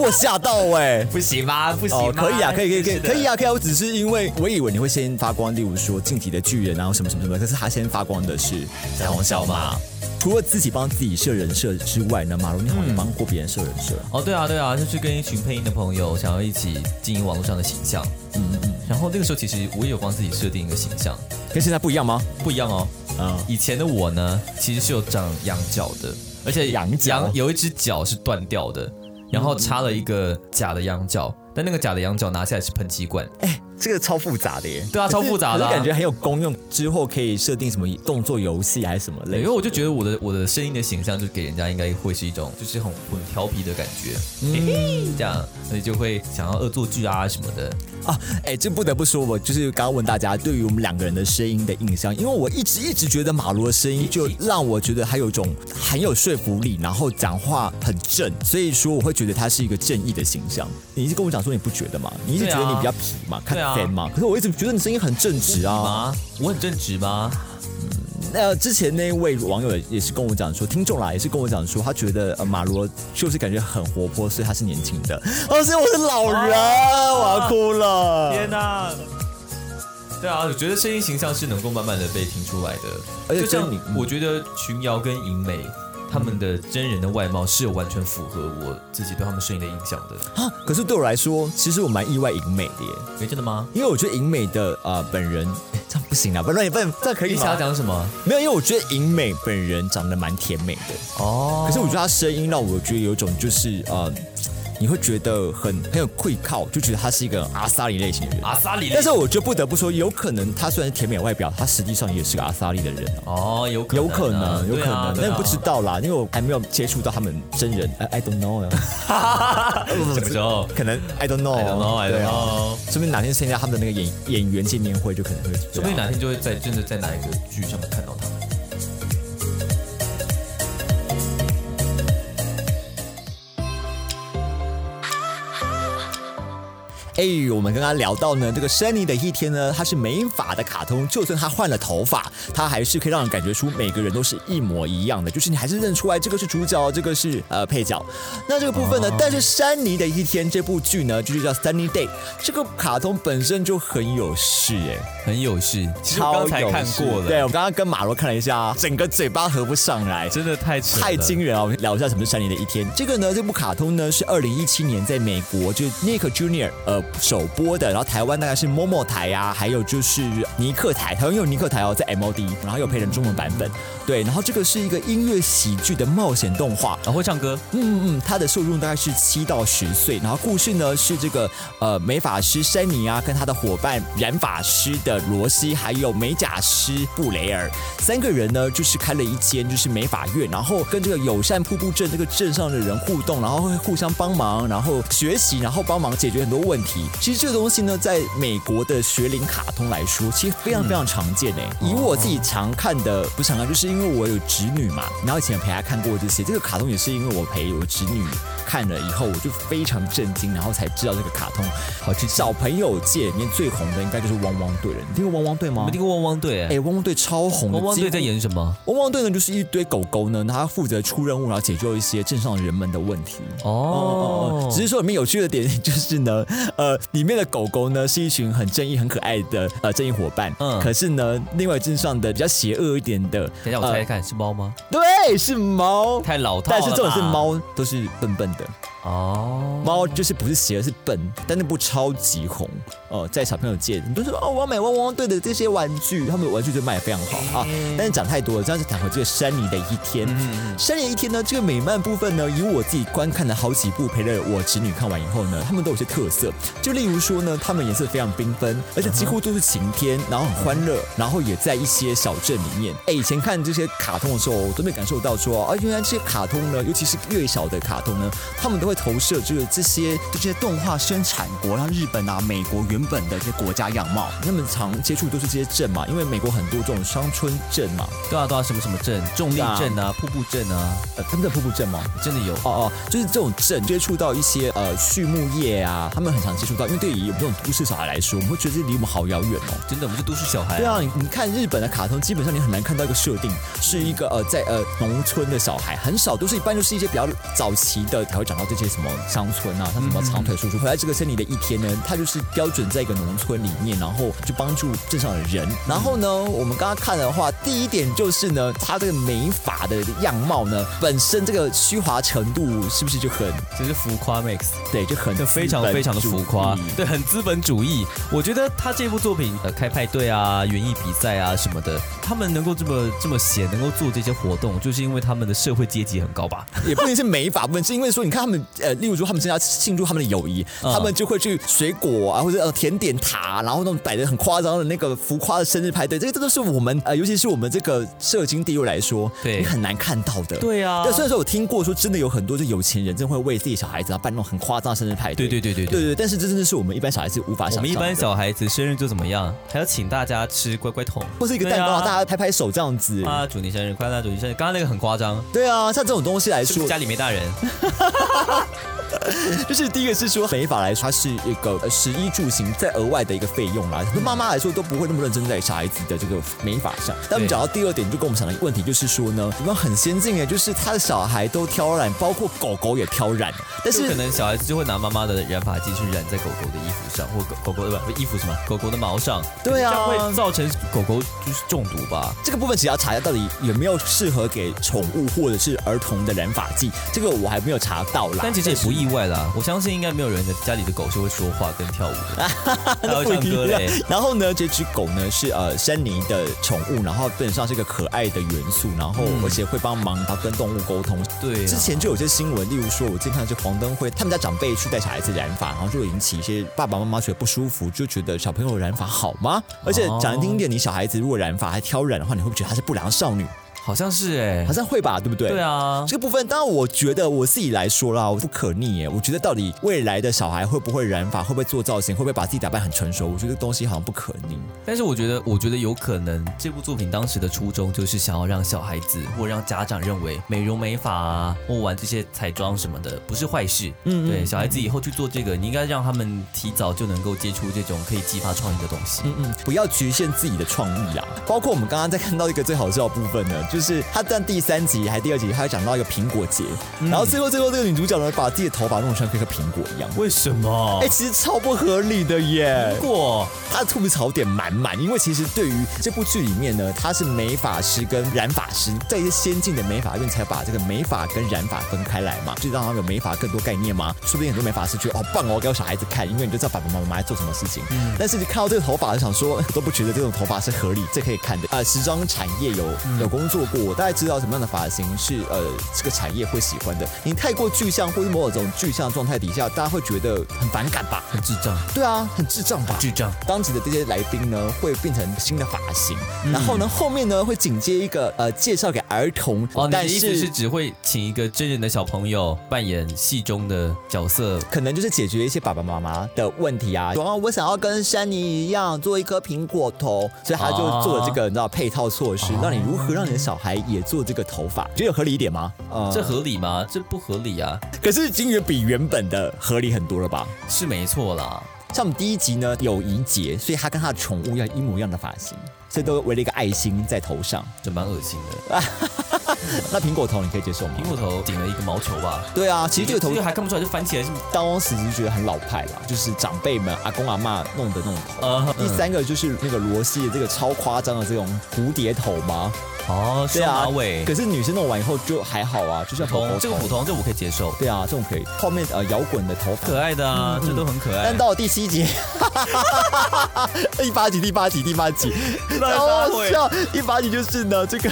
Speaker 1: 我吓到哎、
Speaker 3: 不行吗？不行吗
Speaker 1: 哦，可以啊，可以，可以，可以，可以
Speaker 3: 啊。
Speaker 1: 啊，可以啊！我只是因为我以为你会先发光，例如说《进击的巨人》啊，或什么什么什么，可是他先发光的是彩虹小马。除了自己帮自己设人设之外呢，马龙你好像帮过别人设人设，
Speaker 3: 哦，对啊，对啊，就是跟一群配音的朋友想要一起经营网络上的形象。嗯嗯嗯。然后那个时候其实我也有帮自己设定一个形象，
Speaker 1: 跟现在不一样吗？
Speaker 3: 不一样哦。
Speaker 1: 嗯，
Speaker 3: 以前的我呢，其实是有长羊角的，而且
Speaker 1: 羊角嗯
Speaker 3: 有一只脚是断掉的，然后插了一个假的羊角，但那个假的羊角拿下来是喷气罐。
Speaker 1: 哎这个超复杂的耶。
Speaker 3: 对啊超复杂的啊
Speaker 1: 可是感觉很有功用，之后可以设定什么动作游戏还是什么
Speaker 3: 对，
Speaker 1: 类
Speaker 3: 因为。我就觉得我的我的声音的形象，就给人家应该会是一种就是很很调皮的感觉，
Speaker 1: 嗯
Speaker 3: 嘿嘿，这样，所以就会想要恶作剧啊什么的。
Speaker 1: 啊，哎、这不得不说，我就是刚刚问大家对于我们两个人的声音的印象，因为我一直一直觉得马罗的声音就让我觉得他有一种很有说服力，然后讲话很正，所以说我会觉得他是一个正义的形象。你一直跟我讲说你不觉得嘛？你一直觉得你比较痞嘛，看
Speaker 3: 对啊
Speaker 1: f 嘛、可是我一直觉得你声音很正直啊。
Speaker 3: 啊，我很正直吗？
Speaker 1: 那、之前那一位网友也是跟我讲说，听众啦也是跟我讲说，他觉得、呃、马罗就是感觉很活泼，所以他是年
Speaker 3: 哦
Speaker 1: 轻的。哦，所以我是老人，我要哭了。
Speaker 3: 哪、啊对啊，我觉得声音形象是能够慢慢的被听出来的。
Speaker 1: 而且
Speaker 3: 就像
Speaker 1: 跟你嗯
Speaker 3: 我觉得群瑶跟银美他们的真人的外貌是有完全符合我自己对他们声音的印象的。
Speaker 1: 啊，可是对我来说，其实我蛮意外影美的耶，
Speaker 3: 哎，真的吗？
Speaker 1: 因为我觉得影美的啊、呃本人 哎这样不行啊，不然也不能这样可以
Speaker 3: 你想要
Speaker 1: 吗？
Speaker 3: 讲什么？
Speaker 1: 没有，因为我觉得影美本人长得蛮甜美的，
Speaker 3: 哦，
Speaker 1: 可是我觉得她声音让我觉得有一种就是呃，你会觉得很很有愧靠，就觉得她是一个阿萨里类型的人。
Speaker 3: 阿萨里，
Speaker 1: 但是我就不得不说，有可能她虽然是甜美外表，她实际上也是个阿萨里的人哦。
Speaker 3: 哦，有可能
Speaker 1: 有
Speaker 3: 啊
Speaker 1: 可能，有可
Speaker 3: 对啊
Speaker 1: 能，
Speaker 3: 对
Speaker 1: 但
Speaker 3: 啊
Speaker 1: 不知道啦，因为我还没有接触到他们真人呃，I don't know 啊
Speaker 3: 什么时候。
Speaker 1: 可能 I don't know，
Speaker 3: I don't know, I
Speaker 1: 对
Speaker 3: don't
Speaker 1: 啊，
Speaker 3: know。
Speaker 1: 说不定哪天参加他们的那个演演员见面会，就可能会，
Speaker 3: 说不定哪天就会在真的在哪一个剧上面看到他们。
Speaker 1: 哎、我们刚刚聊到呢，这个 Sunny 的一天呢，它是美发的卡通，就算他换了头发，他还是可以让人感觉出每个人都是一模一样的，就是你还是认出来这个是主角，这个是呃配角。那这个部分
Speaker 4: 啊
Speaker 1: 呢，但是山妮的一天这部剧呢，就是叫 Sunny Day，这个卡通本身就很有事哎、
Speaker 4: 很有事。其实我
Speaker 1: 超
Speaker 4: 刚
Speaker 1: 有
Speaker 4: 才看
Speaker 1: 事
Speaker 4: 过
Speaker 1: 对
Speaker 4: 了，
Speaker 1: 我刚刚跟马罗看了一下，整个嘴巴合不上来。
Speaker 4: 真的太扯了
Speaker 1: 太惊人了！我们聊一下什么是《山林的一天》。这个呢，这部卡通呢是二零一七年在美国就是 Nick Junior 呃首播的，然后台湾大概是 Momo 台啊，还有就是尼克台，台湾有尼克台哦，在 MOD，然后有配成中文版本。对，然后这个是一个音乐喜剧的冒险动画，
Speaker 3: 然后会唱歌，
Speaker 1: 嗯嗯，嗯，它的受众大概是七到十岁，然后故事呢是这个呃美发师山尼啊跟他的伙伴染发师的罗西，还有美甲师布雷尔三个人呢，就是开了一间就是美发院，然后跟这个友善瀑布镇这个镇上的人互动，然后会互相帮忙，然后学习，然后帮忙解决很多问题。其实这个东西呢，在美国的学龄卡通来说，其实非常非常常见诶、以我自己常看的，不是常看，就是因为我有侄女嘛，然后以前陪她看过这些。这个卡通也是因为我陪我侄女看了以后，我就非常震惊，然后才知道这个卡通。
Speaker 3: 好去
Speaker 1: 小朋友界里面最红的应该就是汪汪队了，你听过汪汪队
Speaker 3: 我
Speaker 1: 吗
Speaker 3: 们？听过汪汪队，
Speaker 1: 哎、
Speaker 3: 哎，
Speaker 1: 汪汪队超红的，
Speaker 3: 汪汪队
Speaker 1: 几乎
Speaker 3: 在演什么？
Speaker 1: 汪汪队呢，就是一堆狗狗呢，它负责出任务，然后解救一些镇上人们的问题。
Speaker 3: 哦，
Speaker 1: 只是说里面有趣的点就是呢， 呃，里面的狗狗呢是一群很正义、很可爱的呃正义伙伴，
Speaker 3: 嗯
Speaker 1: 可是呢，另外镇上的比较邪恶一点的，
Speaker 3: 等一下我猜猜看，是猫吗？
Speaker 1: 对，是猫，
Speaker 3: 太老套了
Speaker 1: 但
Speaker 3: 吧，
Speaker 1: 是这种是猫都是笨笨的，
Speaker 3: 哦，
Speaker 1: 猫就是不是邪恶是笨，但那部超级红，呃，在小朋友界，你都说哦，我要买汪汪队的这些玩具，他们的玩具就卖的非常好啊。但是讲太多了，这样就讲回这个山里的一天。山里的一天呢，这个美漫部分呢，以我自己观看了好几部，陪着我侄女看完以后呢，他们都有些特色，就例如说呢，他们颜色非常缤纷，而且几乎都是晴天，然后很欢乐，然后也在一些小镇里面。哎，以前看这些卡通的时候，我都没感受到说，啊，原来这些卡通呢，尤其是越小的卡通呢，他们都会投射这个这些这些动画生产国，像日本啊、美国原本的一些国家样貌。那么常接触都是这些镇嘛，因为美国很多这种乡村镇嘛，
Speaker 3: 对啊对啊，什么什么镇，重力镇啊，瀑布镇啊，
Speaker 1: 呃，他们的瀑布镇嘛，
Speaker 3: 真的有
Speaker 1: 哦哦，就是这种镇接触到一些呃畜牧业啊，他们很常接触到，因为对于我们这种都市小孩来说，我们会觉得这离我们好遥远哦。
Speaker 3: 真的，我们是都市小孩
Speaker 1: 对。啊，你你看日本的卡通，基本上你很难看到一个设定是一个呃在呃农村的小孩，很少都是一般就是一些比较早期的才会讲到这些什么乡村啊，像什么长腿叔叔。回来这个森林的一天呢，他就是标准在一个农村里面，然后就帮助镇上的人。然后呢，我们刚刚看的话，第一点就是呢，他这个美发的样貌呢，本身这个虚华程度是不是就很
Speaker 4: 这是浮夸 mix。
Speaker 1: 对就很
Speaker 3: 就非常
Speaker 1: 资本
Speaker 3: 非常的
Speaker 1: 主
Speaker 3: 浮夸
Speaker 1: 义，
Speaker 3: 对，很资本主义。我觉得他这部作品，呃，开派对啊、园艺比赛啊什么的，他们能够这么这么闲，能够做这些活动，就是因为他们的社会阶级很高吧？
Speaker 1: 也不一定是美法部分，是因为说你看他们呃，例如说他们正要庆祝他们的友谊，
Speaker 3: 嗯
Speaker 1: 他们就会去水果啊，或者呃甜点塔，然后那种摆的很夸张的那个浮夸的生日派对，这个这都是我们呃，尤其是我们这个社经地位来说，
Speaker 3: 对
Speaker 1: 你很难看到的。
Speaker 3: 对啊
Speaker 1: 但虽然说我听过说真的有很多就有钱人真的会为自己小孩子啊办那种很夸张的生日派对，
Speaker 3: 对对对对
Speaker 1: 对对，但是这真的是我们一般小孩子无法啊想象
Speaker 4: 我
Speaker 1: 的。
Speaker 4: 们一般小孩子生日就怎么样，还要请大家吃乖乖桶。
Speaker 1: 或是一个蛋糕，
Speaker 4: 对啊
Speaker 1: 大家拍拍手这样子。
Speaker 4: 啊，祝你生日快乐，祝你生日！刚刚那个很夸张，
Speaker 1: 对啊，像这种东西来
Speaker 4: 是不
Speaker 1: 说
Speaker 4: 是，家里没大人？
Speaker 1: 就是第一个是说美法来说，它是一个呃食衣住行再额外的一个费用啦。对妈妈来说都不会那么认真在小孩子的这个美法上。但我们讲到第二点，就跟我们想的问题就是说呢，你们很先进耶，就是他的小孩都挑染，包括狗狗也挑染，但
Speaker 3: 就是可能小孩子就会拿妈妈的染发剂去染在狗狗的衣服上，或狗狗狗的不衣服什么，狗狗的毛上，
Speaker 1: 对啊
Speaker 3: 这样会造成狗狗就是中毒吧？
Speaker 1: 这个部分只要查一下到底有没有适合给宠物或者是儿童的染发剂，这个我还没有查到啦。
Speaker 3: 但其实也不意外啦，我相信应该没有人的家里的狗是会说话跟跳舞 的，还会
Speaker 1: 不
Speaker 3: 唱
Speaker 1: 一
Speaker 3: 歌
Speaker 1: 样
Speaker 3: 嘞。
Speaker 1: 然后呢，这只狗呢是呃山泥的宠物，然后基本上是一个可爱的元素，然后
Speaker 3: 嗯
Speaker 1: 而且会帮忙它跟动物沟通。
Speaker 3: 对啊
Speaker 1: 之前就有些新闻，例如说，我之前看到是黄登辉他们家长辈去带小孩子染发，然后就引起一些爸爸妈妈觉得不舒服，就觉得小朋友染发好吗？而且讲难听一点，你小孩子如果染发还挑染的话，你会不会觉得他是不良少女？
Speaker 3: 好像是哎、
Speaker 1: 好像会吧，对不哦对？
Speaker 3: 对啊，
Speaker 1: 这个部分，当然我觉得我自己来说啦，我不可逆耶。我觉得到底未来的小孩会不会染发，会不会做造型，会不会把自己打扮很成熟，我觉得这个东西好像不可逆。
Speaker 3: 但是我觉得，我觉得有可能这部作品当时的初衷就是想要让小孩子或让家长认为美容美发啊，或玩这些彩妆什么的不是坏事。嗯对，小孩子以后去做这个，你应该让他们提早就能够接触这种可以激发创意的东西。
Speaker 1: 嗯，不要局限自己的创意啊。包括我们刚刚在看到一个最好笑的部分呢，就是他在第三集还第二集，他讲到一个苹果节，
Speaker 4: 嗯
Speaker 1: 然后最后最后这个女主角呢，把自己的头发弄成跟个苹果一样。
Speaker 4: 为什么
Speaker 1: 哎、？其实超不合理的耶！
Speaker 4: 过
Speaker 1: 他吐槽点满满，因为其实对于这部剧里面呢，他是美发师跟染发师，在一些先进的美发院才把这个美发跟染发分开来嘛，就让他们有美发更多概念嘛。说不定很多美发师觉得哦棒哦，给我小孩子看，因为你就知道爸爸妈妈在做什么事情。
Speaker 3: 嗯
Speaker 1: 但是你看到这个头发，就想说都不觉得这种头发是合理，这可以看的。啊、时装产业有
Speaker 3: 嗯
Speaker 1: 有工作过，我大概知道什么样的发型是呃这个产业会喜欢的。你太过具象或是某种具象状态底下，大家会觉得很反感吧？
Speaker 3: 很智障，
Speaker 1: 对啊，很智障吧？
Speaker 3: 智障。
Speaker 1: 当时的这些来宾呢，会变成新的发型，
Speaker 3: 嗯
Speaker 1: 然后呢，后面呢会紧接一个呃介绍给儿童，
Speaker 3: 哦，你的
Speaker 1: 但
Speaker 3: 意思是只会请一个真人的小朋友扮演戏中的角色？
Speaker 1: 可能就是解决一些爸爸妈妈的问题
Speaker 3: 哦
Speaker 1: 啊。然后我想要跟山妮一样做一颗苹果头，所以他就做了这个、你知道配套措
Speaker 3: 哦
Speaker 1: 施，让你如何让你的小孩也做这个头发，觉得有合理一点吗？呃，
Speaker 3: 这合理吗？这不合理啊，
Speaker 1: 可是已经远比原本的合理很多了吧？
Speaker 3: 是没错啦。
Speaker 1: 像我们第一集呢，有怡杰，所以他跟他的宠物要一模一样的发型，所以都围了一个爱心在头上。
Speaker 3: 这蛮恶心 的，
Speaker 1: 那苹果头你可以接受吗
Speaker 3: 苹？果头顶了一个毛球吧？
Speaker 1: 对啊，其实这个头
Speaker 3: 还看不出来，就翻起来是
Speaker 1: 当时就觉得很老派啦，就是长辈们阿公阿嬷弄的那种头。
Speaker 3: 呃
Speaker 1: 第三个就是那个罗西的这个超夸张的这种蝴蝶头嘛，
Speaker 3: 哦，
Speaker 1: 对
Speaker 3: 双
Speaker 1: 啊
Speaker 3: 马尾，，
Speaker 1: 可是女生弄完以后就还好啊，就像
Speaker 3: 普
Speaker 1: 头
Speaker 3: 通，哦这个普
Speaker 1: 头。
Speaker 3: 通，这我可以接受，
Speaker 1: 对啊，这种可以。后面呃摇滚的头发
Speaker 3: 可爱的啊，这都很可爱
Speaker 1: 但。到了第七集，第八集，第八集，第八集，
Speaker 4: 乱
Speaker 1: 超
Speaker 4: 搭
Speaker 1: 好
Speaker 4: 会
Speaker 1: 笑。第八集就是呢，这个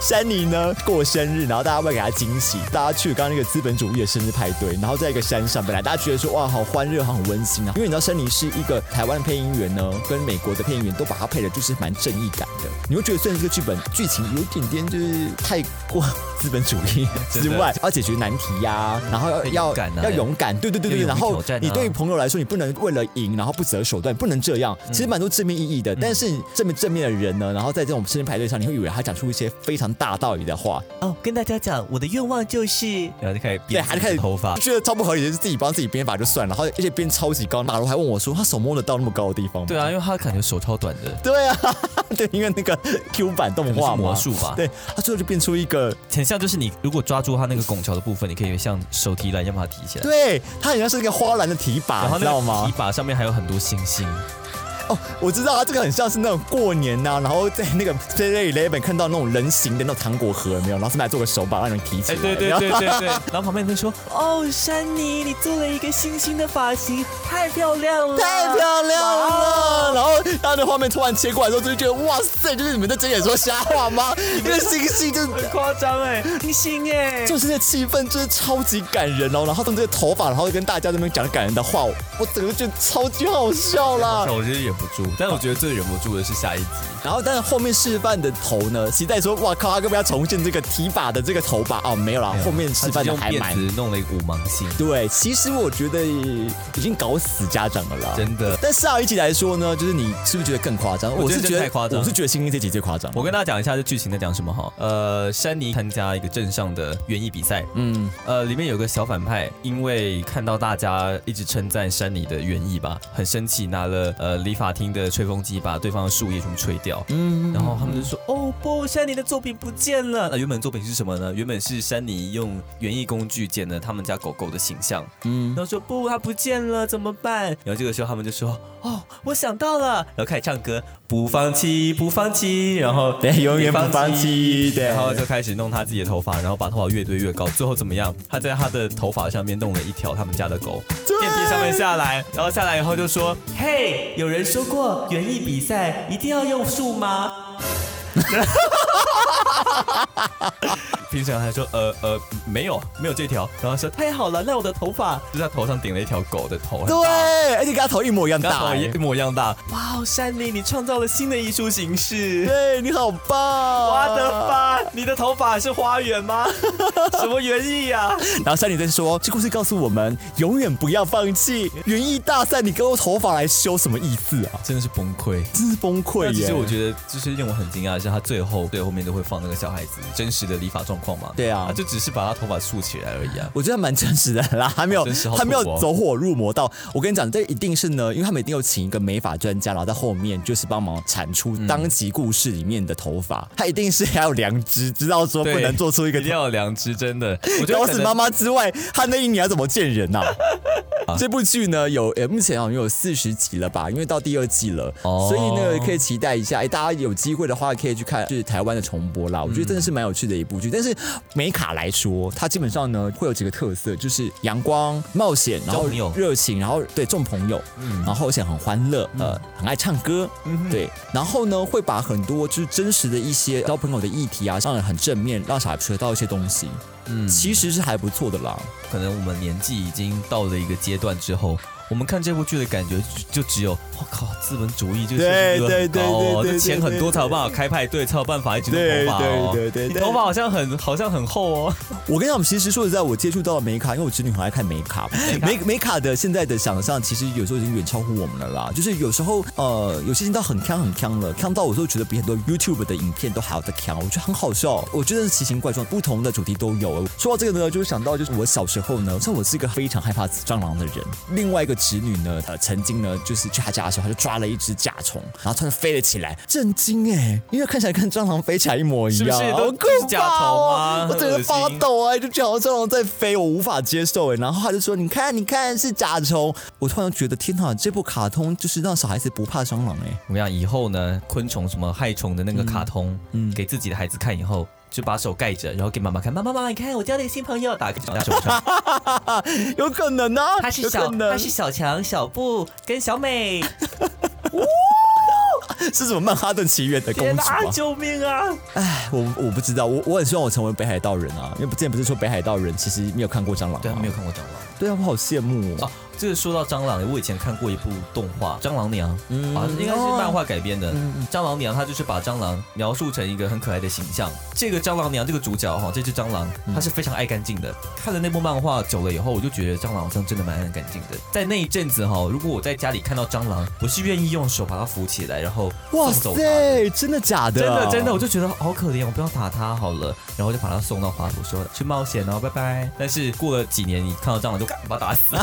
Speaker 1: 山妮呢过生日，然后大家为了给她惊喜，大家去刚刚那个资本主义的生日派对，然后在一个山上，本来大家觉得说哇好欢乐，好很温馨啊，因为你知道山妮是一个台湾的配音员呢，跟美国的配音员都把它配的就是蛮正义感的，你会觉得虽然这个剧本剧情有点点就是太过资本主义之
Speaker 4: 真的
Speaker 1: 外，要解决难题呀、然后要
Speaker 3: 很
Speaker 1: 要
Speaker 3: 勇敢啊
Speaker 1: 要勇敢，对对对对对，
Speaker 3: 要勇于
Speaker 1: 然后
Speaker 3: 挑战啊
Speaker 1: 你对于朋友来说，你不能为了赢然后不择手段，不能这样。
Speaker 3: 嗯
Speaker 1: 其实蛮多正面意义的，但是这么正面的人呢，然后在这种生日派对上，你会以为他讲出一些非常大道理的话，
Speaker 4: 哦，跟大家讲，我的愿望就是，然后就开始
Speaker 1: 对，
Speaker 4: 编
Speaker 1: 还是开始
Speaker 4: 头发
Speaker 1: 就，觉得超不合理，就是自己帮自己编法就算了，然后而且编超级高，马龙还问我说，他手摸得到那么高的地方吗？
Speaker 3: 对啊，因为他感觉手超短的，
Speaker 1: 对啊， 对，因为那个 Q 版动画
Speaker 3: 是
Speaker 1: 嘛
Speaker 3: 魔术吧？
Speaker 1: 对，他最后就变出一个，
Speaker 3: 很像就是你如果抓住他那个拱桥的部分，你可以像手提篮一样把它提起来。啊
Speaker 1: 对，他好像是一个花篮的提把，
Speaker 3: 然后
Speaker 1: 你知道
Speaker 3: 那个
Speaker 1: 吗
Speaker 3: 提？把上面还有很多星星，
Speaker 1: 哦，我知道啊，这个很像是那种过年呐、然后在那个 Seven Eleven 看到那种人形的那种糖果盒，有没有？然后顺便还做个手把让人提起
Speaker 3: 哎，
Speaker 1: 来。
Speaker 3: 对对
Speaker 1: 然后
Speaker 3: 对对啊对， 然后旁边人说，
Speaker 2: 哦，珊妮，你做了一个星星的发型，太漂亮了，
Speaker 1: 太漂亮
Speaker 3: 哦
Speaker 1: 了！然后当那画面突然切过来之后，就觉得哇塞，就是你们在睁眼说瞎话 吗？那个星星就是。
Speaker 2: 夸张哎，星星哎，
Speaker 1: 就是那气氛，就是超级感人哦。然后他们这个头发，然后跟大家在那边讲感人的话，我我整个觉得超级好笑啦。
Speaker 4: 我就是忍
Speaker 3: 不住，但我觉得最忍不住的是下一集。
Speaker 1: 然后，但是后面示范的头呢，期待说，哇靠，他要不要重现这个提把的这个头吧？哦，没有啦，
Speaker 3: 啊
Speaker 1: 后面示
Speaker 3: 他
Speaker 1: 范
Speaker 3: 只
Speaker 1: 的
Speaker 3: 用
Speaker 1: 还
Speaker 3: 辫
Speaker 1: 蛮。
Speaker 3: 子弄了一个五芒星，
Speaker 1: 对，其实我觉得已经搞死家长了啦。
Speaker 3: 真的。
Speaker 1: 但下一集来说呢，就是你是不是觉得更夸张？
Speaker 3: 我觉得
Speaker 1: 是
Speaker 3: 真
Speaker 1: 觉得
Speaker 3: 太夸张
Speaker 1: 我是觉得新一这集最夸张。
Speaker 3: 我跟大家讲一下这剧情在讲什么哈。呃，山妮参加一个镇上的园艺比赛，
Speaker 1: 嗯，
Speaker 3: 呃，里面有个小反派，因为看到大家一直称赞山妮的园艺吧，很生气，拿了呃理发厅的吹风机把对方的树叶全部吹掉。嗯，然后他们就说：“哦不，山妮的作品不见了。那原本作品是什么呢？原本是山妮用园艺工具剪了他们家狗狗的形象。
Speaker 1: 嗯
Speaker 3: 然后说不，它不见了，怎么办？然后这个时候他们就说：哦，我想到了，
Speaker 1: 嗯
Speaker 3: 然后开始唱歌，不放弃，不放弃，然后
Speaker 1: 对永远不放弃对
Speaker 3: 然后就开始弄他自己的头发，然后把头发越堆越高，最后怎么样？他在他的头发上面弄了一条他们家的狗，电梯上面下来，然后下来以后就说：嘿，有人说过园艺比赛一定要用树吗？ 评审还说，呃呃，没有，没有这条。然后说太好了，那我的头发就在头上顶了一条狗的头，
Speaker 1: 对，而且跟他头一模一样
Speaker 3: 跟
Speaker 1: 大、
Speaker 3: 头一
Speaker 1: 哎
Speaker 3: 模一样大。哇哦，山林，你创造了新的艺术形式。
Speaker 1: 对你好棒，
Speaker 3: 我的！发，你的头发是花 园吗？什么啊园艺呀？
Speaker 1: 然后山里在说，这故事告诉我们，永远不要放弃。园艺大赛，你给我头发来修，什么意思啊？
Speaker 3: 真的是崩溃。
Speaker 1: 真是崩溃
Speaker 3: 那其
Speaker 1: 耶！
Speaker 3: 实我觉得，就是令我很惊讶的是，他最后最后面都会放那个小孩子真实的理发状况嘛。
Speaker 1: 对啊
Speaker 3: 他就只是把他头发竖起来而已啊。
Speaker 1: 我觉得还蛮真实的啦，还没有
Speaker 3: 真实好
Speaker 1: 还没有
Speaker 3: 土哦
Speaker 1: 走火入魔到。我跟你讲，这一定是呢，因为他们一定有请一个美发专家，然后在后面就是帮忙产出当集故事里面的头
Speaker 3: 嗯
Speaker 1: 发，他一定是还有良知，知道说不
Speaker 3: 对
Speaker 1: 能做出一 个
Speaker 3: 一定要有良知，真的。我觉得
Speaker 1: 搞
Speaker 3: 可
Speaker 1: 死
Speaker 3: 能
Speaker 1: 妈妈之外，他那一年要怎么见人呐、啊
Speaker 3: 啊
Speaker 1: 这部剧呢有，呃，目前好像有四十集了吧，因为到第二季了，
Speaker 3: 哦
Speaker 1: 所以呢可以期待一下。哎，大家有机会的话可以去看，就是台湾的重播啦。我觉得真的是蛮有趣的一部剧。但是美卡来说，它基本上呢会有几个特色，就是阳光、冒险，然
Speaker 3: 交
Speaker 1: 后
Speaker 3: 朋友
Speaker 1: 热情，然后对重朋友，然后而且很欢乐，呃，很爱唱歌，对。然后呢会把很多就是真实的一些交朋友的议题啊，让人很正面，让小孩学到一些东西。其实是还不错的啦。
Speaker 3: 可能我们年纪已经到了一个阶段之后，我们看这部剧的感觉就就只有我靠，资本主义这个
Speaker 1: 对
Speaker 3: 收视率
Speaker 1: 对
Speaker 3: 很高哦，
Speaker 1: 对对对
Speaker 3: 这钱很多才有办法开派对，才有办法一直弄头发哦。
Speaker 1: 对对对对对
Speaker 3: 你头发好像很好像很厚哦。
Speaker 1: 我跟你讲，其实说实在，我接触到了美卡，因为我侄女很爱看美卡。美美卡的现在的想象，其实有时候已经远超乎我们了啦。就是有时候，呃，有些听到很康很康了，康到我就觉得比很多 YouTube 的影片都还要再康，我觉得很好笑。我觉得是奇形怪状，不同的主题都有。说到这个呢，就是想到就是我小时候呢，像我是一个非常害怕蟑螂的人。另外一个侄女呢，呃，曾经呢就是去她家的时候，她就抓了一只甲虫，然后突然飞了起来，震惊哎、因为看起来跟蟑螂飞起来一模一
Speaker 3: 是不
Speaker 1: 样，
Speaker 3: 是
Speaker 1: 好
Speaker 3: 都
Speaker 1: 可
Speaker 3: 是甲
Speaker 1: 怕
Speaker 3: 虫
Speaker 1: 哦
Speaker 3: 啊
Speaker 1: 我整个
Speaker 3: 很恶
Speaker 1: 发
Speaker 3: 心
Speaker 1: 抖啊，就觉得好像蟑螂在飞，我无法接受哎。然后他就说：“你看，你看，是甲虫。”我突然觉得，天哪，这部卡通就是让小孩子不怕蟑螂哎。
Speaker 3: 我跟你讲，以后呢，昆虫什么害虫的那个卡通，嗯，给自己的孩子看以后。就把手盖着，然后给妈妈看，妈
Speaker 2: 啊
Speaker 3: 妈妈妈，你看我交了一个新朋友，打个手手上，
Speaker 1: 有可能啊，有可能
Speaker 3: 小强、小布跟小美，
Speaker 1: 是什么曼哈顿奇缘的公主啊？
Speaker 3: 救命啊！
Speaker 1: 哎，我我不知道，我我很希望我成为北海道人啊，因为之前不是说北海道人其实没有看过蟑螂
Speaker 3: 对，
Speaker 1: 吗
Speaker 3: 没有？看过蟑螂。
Speaker 1: 对啊，我好羡慕哦。
Speaker 3: 哦，这个说到蟑螂，我以前看过一部动画《蟑螂娘》，
Speaker 1: 嗯
Speaker 3: 啊，应该是漫画改编的。蟑螂娘她就是把蟑螂描述成一个很可爱的形象。这个蟑螂娘这个主角哈，这只蟑螂
Speaker 1: 嗯
Speaker 3: 它是非常爱干净的。看了那部漫画久了以后，我就觉得蟑螂好像真的蛮爱干净的。在那一阵子哈，如果我在家里看到蟑螂，我是愿意用手把它扶起来，然后
Speaker 1: 哇
Speaker 3: 送走它的。
Speaker 1: 塞，真的假的？
Speaker 3: 真的真的，我就觉得好可怜，我不要打它好了，然后就把它送到华府说去冒险哦，拜拜。但是过了几年，你看到蟑螂就赶把它打死。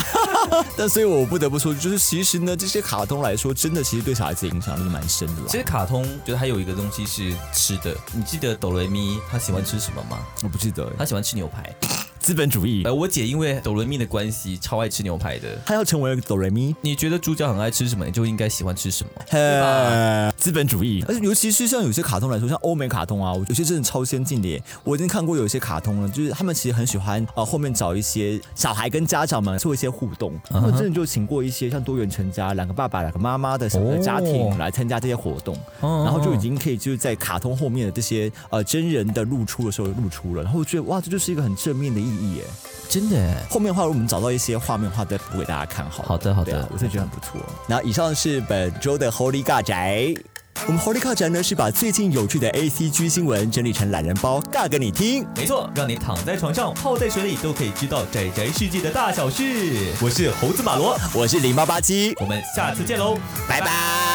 Speaker 1: 但所以我不得不说，就是其实呢，这些卡通来说，真的其实对小孩子影响力蛮深的啦。
Speaker 3: 其实卡通觉得还有一个东西是吃的，你记得哆瑞咪他喜欢吃什么吗？
Speaker 1: 我不记得欸
Speaker 3: 他喜欢吃牛排。
Speaker 1: 资本主义
Speaker 3: 呃，，我姐因为哆瑞咪的关系，超爱吃牛排的。
Speaker 1: 他要成为哆瑞咪。
Speaker 3: 你觉得主角很爱吃什么，你就应该喜欢吃什么。
Speaker 1: 嘿，呃资本主义，而且尤其是像有些卡通来说，像欧美卡通啊，有些真的超先进的耶。我已经看过有些卡通了，就是他们其实很喜欢啊、呃后面找一些小孩跟家长们做一些互动。他们真的就请过一些像多元成家，两个爸爸、两个妈妈的小的家庭
Speaker 3: 哦
Speaker 1: 来参加这些活动，
Speaker 3: 哦
Speaker 1: 然后就已经可以就是在卡通后面的这些呃真人的露出的时候露出了，然后我觉得哇，这就是一个很正面的意忆耶。
Speaker 3: 真的耶。
Speaker 1: 后面的话，我们找到一些画面的话，再补给大家看好了。
Speaker 3: 好的好的
Speaker 1: 对啊我真的觉得很不错。然后以上是本周的 Holy 尬宅。我们 Holy 尬宅呢，是把最近有趣的 A C G 新闻整理成懒人包，尬给你听。
Speaker 3: 没错，让你躺在床上、泡在水里都可以知道宅宅世界的大小事。我是猴子马罗，
Speaker 1: 我是零八八七，
Speaker 3: 我们下次见喽，
Speaker 1: 拜拜。